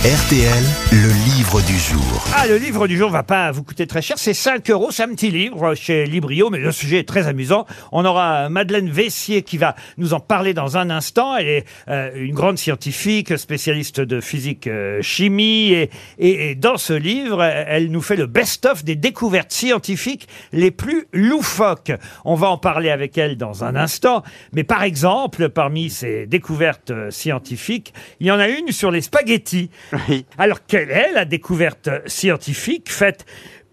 RTL, le livre du jour. Ah, le livre du jour va pas vous coûter très cher. C'est 5 euros. C'est un petit livre chez Librio, mais le sujet est très amusant. On aura Madeleine Vessier qui va nous en parler dans un instant. Elle est euh, une grande scientifique, spécialiste de physique euh, chimie. Et, et- et dans ce livre, euh, elle nous fait le best-of des découvertes scientifiques les plus loufoques. On va en parler avec elle dans un instant. Mais par exemple, parmi ces découvertes euh, scientifiques, il y en a une sur les spaghettis. Alors, quelle est la découverte scientifique faite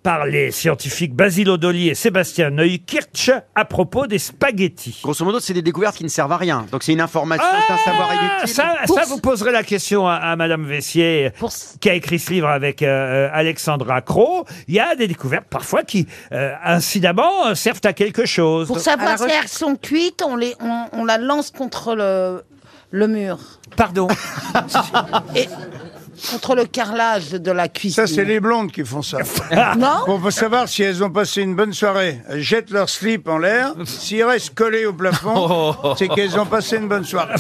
par les scientifiques Basile Odoli et Sébastien Neukirch à propos des spaghettis Grosso modo, c'est des découvertes qui ne servent à rien. Donc c'est une information, c'est un savoir ah, inutile. ça, ça, vous poserez la question à, à Madame Vessier, Pour s- qui a écrit ce livre avec euh, euh, Alexandra Cro. Il y a des découvertes parfois qui, euh, incidemment, euh, servent à quelque chose. Pour savoir À la si elles sont cuites, on, les, on, on la lance contre le, le mur, Pardon. contre le carrelage de la cuisine. Ça, Mmh. c'est les blondes qui font ça. Non Pour savoir si elles ont passé une bonne soirée, elles jettent leur slip en l'air. S'ils restent collés au Oh. plafond, c'est qu'elles ont passé une bonne soirée.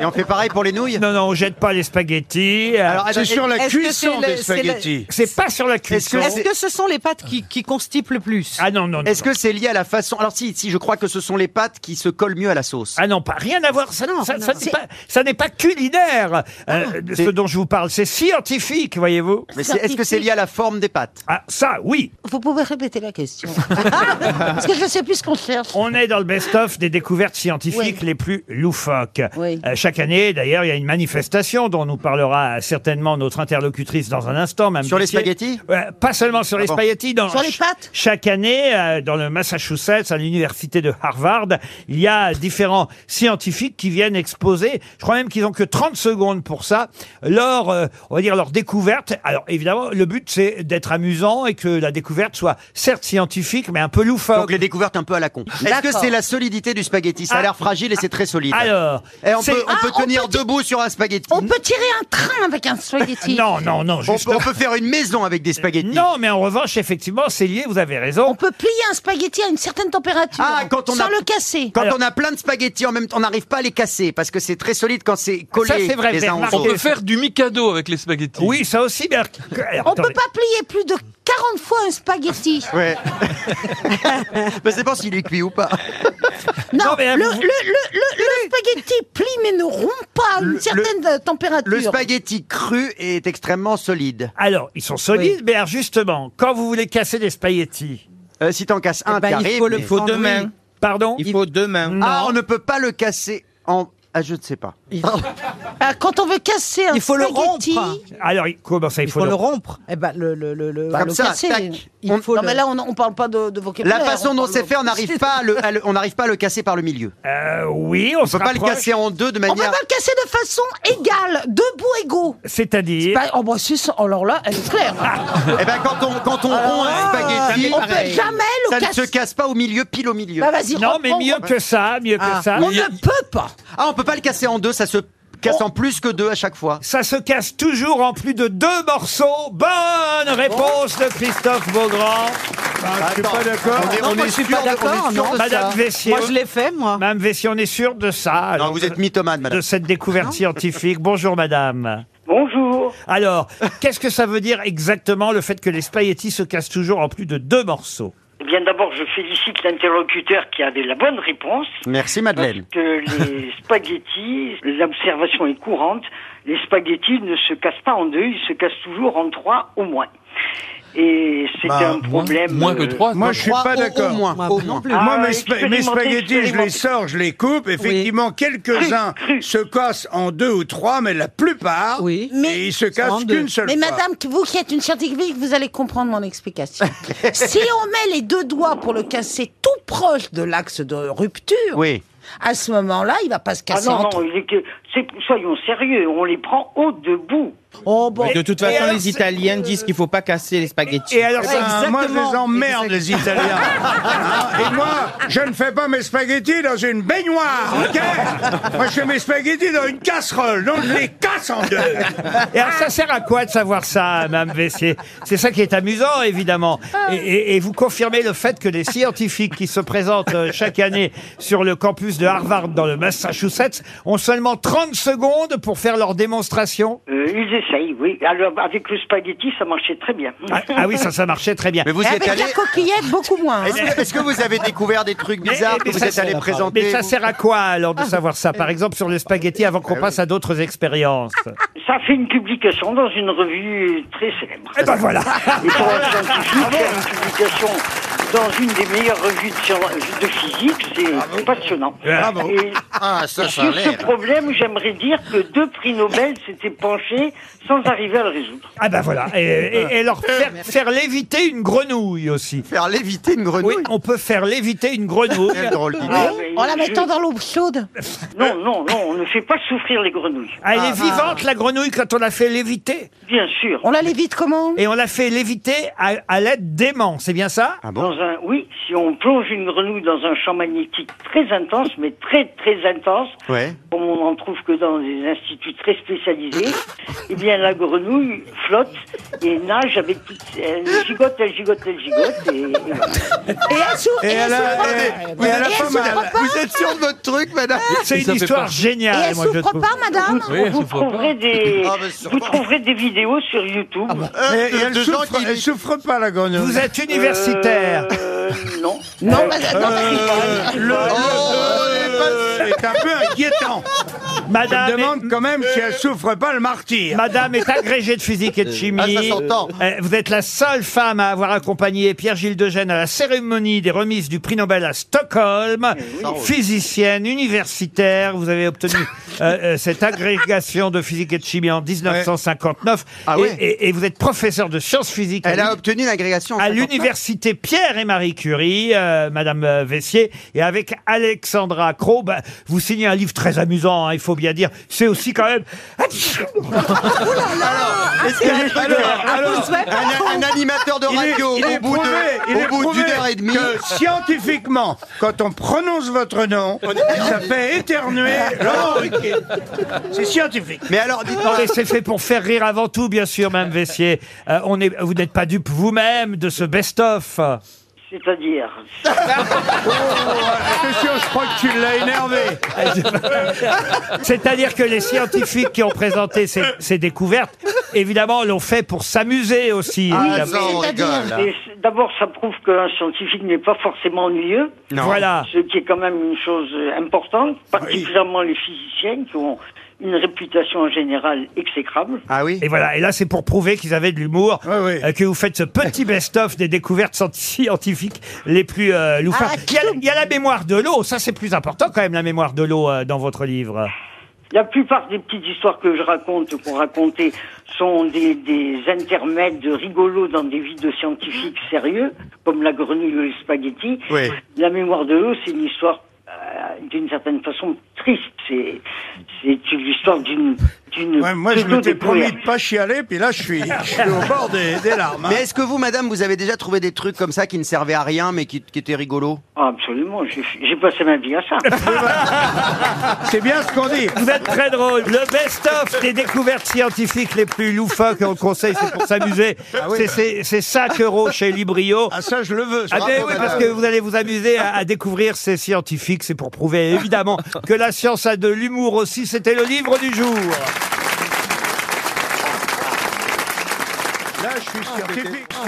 Et on fait pareil pour les nouilles non, non, on jette pas les spaghettis. euh, Alors, C'est attends, sur la est-ce que cuisson c'est le- des c'est le- spaghettis. c'est pas sur la cuisson. Est-ce que ce sont les pâtes qui, qui constipent le plus Ah non, non, non. Est-ce que c'est lié à la façon Alors si, si, je crois que ce sont les pâtes qui se collent mieux à la sauce. Ah non, pas rien à voir. Ça, ça- ça n'est C'est- pas, ça n'est pas culinaire. euh, de ce c'est- dont je vous parle, c'est scientifique, voyez-vous. Mais c'est- est-ce que c'est lié à la forme des pâtes Ah, ça, oui. Vous pouvez répéter la question. Parce que je sais plus ce qu'on cherche. On est dans le best-of des découvertes scientifiques Oui. les plus loufoques. Oui. Euh, chaque année, d'ailleurs, il y a une manifestation dont nous parlera certainement notre interlocutrice dans un instant. Mme Sur les Bissier. spaghettis Ah Ouais, Pas seulement sur les bon. spaghettis. Dans Sur les pâtes Chaque année, euh, dans le Massachusetts, à l'université de Harvard, il y a différents scientifiques qui viennent exposer. Je crois même qu'ils ont que 30 secondes pour ça. Leur, euh, on va dire leur découverte. Alors évidemment, le but c'est d'être amusant et que la découverte soit certes scientifique, mais un peu loufoque. Donc les découvertes un peu à la con. Est-ce que D'accord. c'est la solidité du spaghetti Ça a Ah. l'air fragile et c'est très solide. Alors, Et Eh, on c'est- peut, on Ah, peut on tenir debout sur un spaghetti. On peut tirer un train avec un spaghetti. Non, non, non, On juste. peut, on peut faire une maison avec des spaghettis. Non, mais en revanche, effectivement, c'est lié, vous avez On raison. peut plier un spaghetti à une certaine température Ah, quand on sans a- le casser. Quand Alors- on a plein de spaghettis en même temps, on n'arrive pas à les casser parce que c'est très solide quand c'est collé Ça, c'est vrai, les uns Bernard. aux On autres. peut faire du Mikado avec les spaghettis. Oui, ça aussi, mais... alors, On attendez. peut pas plier plus de 40 fois un spaghetti. Ouais. Mais c'est pas s'il est cuit ou pas. Non, Non, mais- le, le- le- le- le spaghetti plie mais ne rompt pas à une le- certaine euh, température. Le spaghetti cru est extrêmement solide. Alors, ils sont solides, mais alors, justement, quand vous voulez casser des spaghettis, Euh, si t'en casses un, Eh ben, t'y il arrives, faut le mais- prendre, oui. pardon Il faut deux mains. Ah, on ne peut pas le casser en. Ah, je ne sais pas. Ah, Quand on veut casser un Il faut le spaghetti, rompre. Alors, il- comment ça, il Il faut, faut le- le rompre. Eh ben, le, le, le, le- Comme le ça, casser. tac. il On- faut non le- mais là on, on parle pas de, de vocabulaire. La façon on dont parle c'est de- fait, on n'arrive pas, à le, à le- on n'arrive pas à le casser par le milieu. Euh, oui, on On se peut pas le rapproche. casser en deux de On peut manière. pas le casser de façon égale, debout égaux. Ah, C'est-à-dire... Bah, oh, bah, c'est ça. alors là, elle est claire. Eh ben, quand on quand on rompt un spaghetti, on peut jamais ça le ne se casser. casse pas au milieu, pile au milieu. Bah, vas-y, Non, mais reprends. mieux que ça, mieux que ça. On ne peut pas. Ah, on peut pas le casser en deux, ça se casse en plus que deux à chaque fois. Ça se casse toujours en plus de deux morceaux. Bonne réponse de Christophe Beaugrand. Je suis pas d'accord. Ah, On est, on est sûr de- on est sûr de Madame ça. Vessier, Moi, je l'ai fait, moi. Madame Vessier, on est sûr de ça. Non, vous êtes mythomane, madame. de cette découverte scientifique. Bonjour madame. Bonjour. Alors, qu'est-ce que ça veut dire exactement le fait que les spaghettis se cassent toujours en plus de deux morceaux Eh bien, d'abord, je félicite l'interlocuteur qui avait la bonne réponse. Merci, Parce Madeleine. que les spaghettis, l'observation est courante, les spaghettis ne se cassent pas en deux, ils se cassent toujours en trois au moins. Et c'est Bah, un problème. Moins que euh, trois. Moi, je suis Trois, pas au- d'accord. Au moins, Moi, au non moins. plus. Moi, Ah, mes, spa- mes expérimenter, spaghettis, je expérimenter. les sors, je les coupe. Effectivement, quelques-uns se cassent en deux ou trois, mais la plupart, Oui. et ils se en cassent deux. qu'une seule Mais fois. madame, que vous qui êtes une scientifique, vous allez comprendre mon explication. si on met les deux doigts pour le casser tout proche de l'axe de rupture, Oui. à ce moment-là, il va pas se Ah casser non, en non, il est que- c'est- soyons sérieux, on les prend au debout. Oh, bon. De toute Et façon, alors, les c'est- Italiens disent qu'il faut pas casser les spaghettis. Et alors, Eh ça- ben, moi, je les emmerde, les Italiens. Hein, et moi, je ne fais pas mes spaghettis dans une baignoire, ok Moi, je fais mes spaghettis dans une casserole, donc je les casse en deux. et alors, ça sert à quoi de savoir ça, Mme Vessier C'est ça qui est amusant, évidemment. Et, et- et vous confirmez le fait que les scientifiques qui se présentent euh, chaque année sur le campus de Harvard dans le Massachusetts ont seulement 30 30 secondes pour faire leur démonstration Euh, ils essayent, oui. Alors, avec le spaghetti, ça marchait très bien. ah, ah oui, ça, ça marchait très bien. Mais vous Et y avec êtes allé. Eh, la coquillette, beaucoup moins. hein. Est-ce que, est-ce que vous avez découvert des trucs bizarres mais que vous ça, êtes allé c'est- présenter Mais ça vous Ah sert à quoi alors de savoir ça Par exemple sur le spaghetti avant qu'on passe à d'autres expériences. Ça a fait une publication dans une revue très célèbre. Eh ben voilà Et pour un Ah scientifique, une publication dans une des meilleures revues de, science- de physique, c'est passionnant. Et Ah, ça, ça a sur l'air. ce problème, j'aimerais dire que deux prix Nobel s'étaient penchés sans arriver à le résoudre. Ah ben voilà Et, et- et Euh, leur faire, faire léviter une grenouille aussi. Faire léviter une Oui, grenouille. on peut faire léviter une grenouille. Quelle drôle d'idée. Ah, mais En Oh, la je- mettant dans l'eau chaude. Non, non, non, on ne fait pas souffrir les grenouilles. Ah, Elle est vivante la grenouille quand on la fait léviter Bien sûr. On la lévite comment et on la fait léviter à, à l'aide d'aimants, c'est bien ça Ah Dans un, oui, si on plonge une grenouille dans un champ magnétique très intense, mais très très intense, Ouais. comme on n'en trouve que dans des instituts très spécialisés, eh bien la grenouille flotte et nage avec toute, elle gigote, elle gigote, elle gigote. Et, et voilà. Et elle s'ouvre. Et elle s'ouvre. Attendez, vous Et avez elle pas mal. s'ouvre pas. Vous êtes sûr de votre truc, madame C'est ça une fait histoire peur. Et géniale, elle Ah, moi je s'ouvre trouve. pas, madame. Oui, elle vous souffre pas. trouverez des, Ah, ben, sûrement. vous trouverez des vidéos sur YouTube. Ah, bah, Et- et elle de gens souffre- qui- elle souffre pas, la grenouille. Vous êtes universitaire. Euh, non. Non, mais non, Euh, le- le- est un peu inquiétant. Euh, Madame, Je me est- demande quand même si elle souffre pas le martyr. Madame est agrégée de physique et de chimie. Ah, ça s'entend. Euh, Vous êtes la seule femme à avoir accompagné Pierre-Gilles Degène à la cérémonie des remises du prix Nobel à Eh Stockholm. Physicienne, universitaire, vous avez obtenu euh, euh, cette agrégation de physique et de chimie en 1959. Ah Et- ouais. et, et vous êtes professeur de sciences physiques. à Elle a l'Uni- obtenu une agrégation. en à 59. l'université Pierre et Marie Curie, euh, Madame euh, Vessier, et avec Alexandra Cro, bah, vous signez un livre très amusant, hein, il faut bien dire. C'est aussi quand même Est-ce qu'il y a un Bah, truc- alors, un, un animateur de Il est- radio il est au bout prouvé- il de- est au bout prouvé d'une heure et demie que scientifiquement, quand on prononce votre nom, ça fait éternuer Laurent Ruquier. C'est scientifique. Mais alors, dites Non, mais c'est fait pour faire rire avant tout, bien sûr, Mme Vessier. Euh, on est, vous n'êtes pas dupe vous-même de ce best-of. C'est-à-dire, Attention, je crois que tu l'as énervé. C'est-à-dire que les scientifiques qui ont présenté ces, ces découvertes, évidemment, l'ont fait pour s'amuser aussi. Ah, évidemment. ça, on rigole. là. et c'est- d'abord, ça prouve qu'un scientifique n'est pas forcément ennuyeux. Voilà. ce qui est quand même une chose euh, importante, particulièrement les physiciens qui ont une réputation en général exécrable. Ah oui Et voilà. Et là, c'est pour prouver qu'ils avaient de l'humour Ouais, ouais. euh, que vous faites ce petit best-of des découvertes scient- scientifiques les plus euh, loufoques. Ah, Il y a- il y, a la mémoire de l'eau. Ça, c'est plus important quand même, la mémoire de l'eau euh, dans votre livre. La plupart des petites histoires que je raconte, qu'on racontait, sont des, des intermèdes rigolos dans des vies de scientifiques sérieux, comme la grenouille ou les spaghettis. Oui. La mémoire de l'eau, c'est une histoire euh, d'une certaine façon triste. C'est c'est une histoire d'une... d'une Ouais, moi, je m'étais promis pseudo-découverte. de pas chialer, puis là, je suis, je suis au bord des, des larmes. hein. Mais est-ce que vous, madame, vous avez déjà trouvé des trucs comme ça qui ne servaient à rien mais qui, qui étaient rigolos Ah, absolument, j'ai j'ai passé ma vie à ça. C'est bien ce qu'on dit. Vous êtes très drôle. Le best-of des découvertes scientifiques les plus loufoques, on le conseille, c'est pour s'amuser. C'est- C'est c'est 5 euros chez Librio. Ah, ça, je le veux. ça. Ah ben bravo, oui, madame. parce que euh, vous allez vous amuser à, à découvrir ces scientifiques. C'est pour prouver évidemment que la science a de l'humour aussi. C'était le livre du jour. Là, je suis scientifique.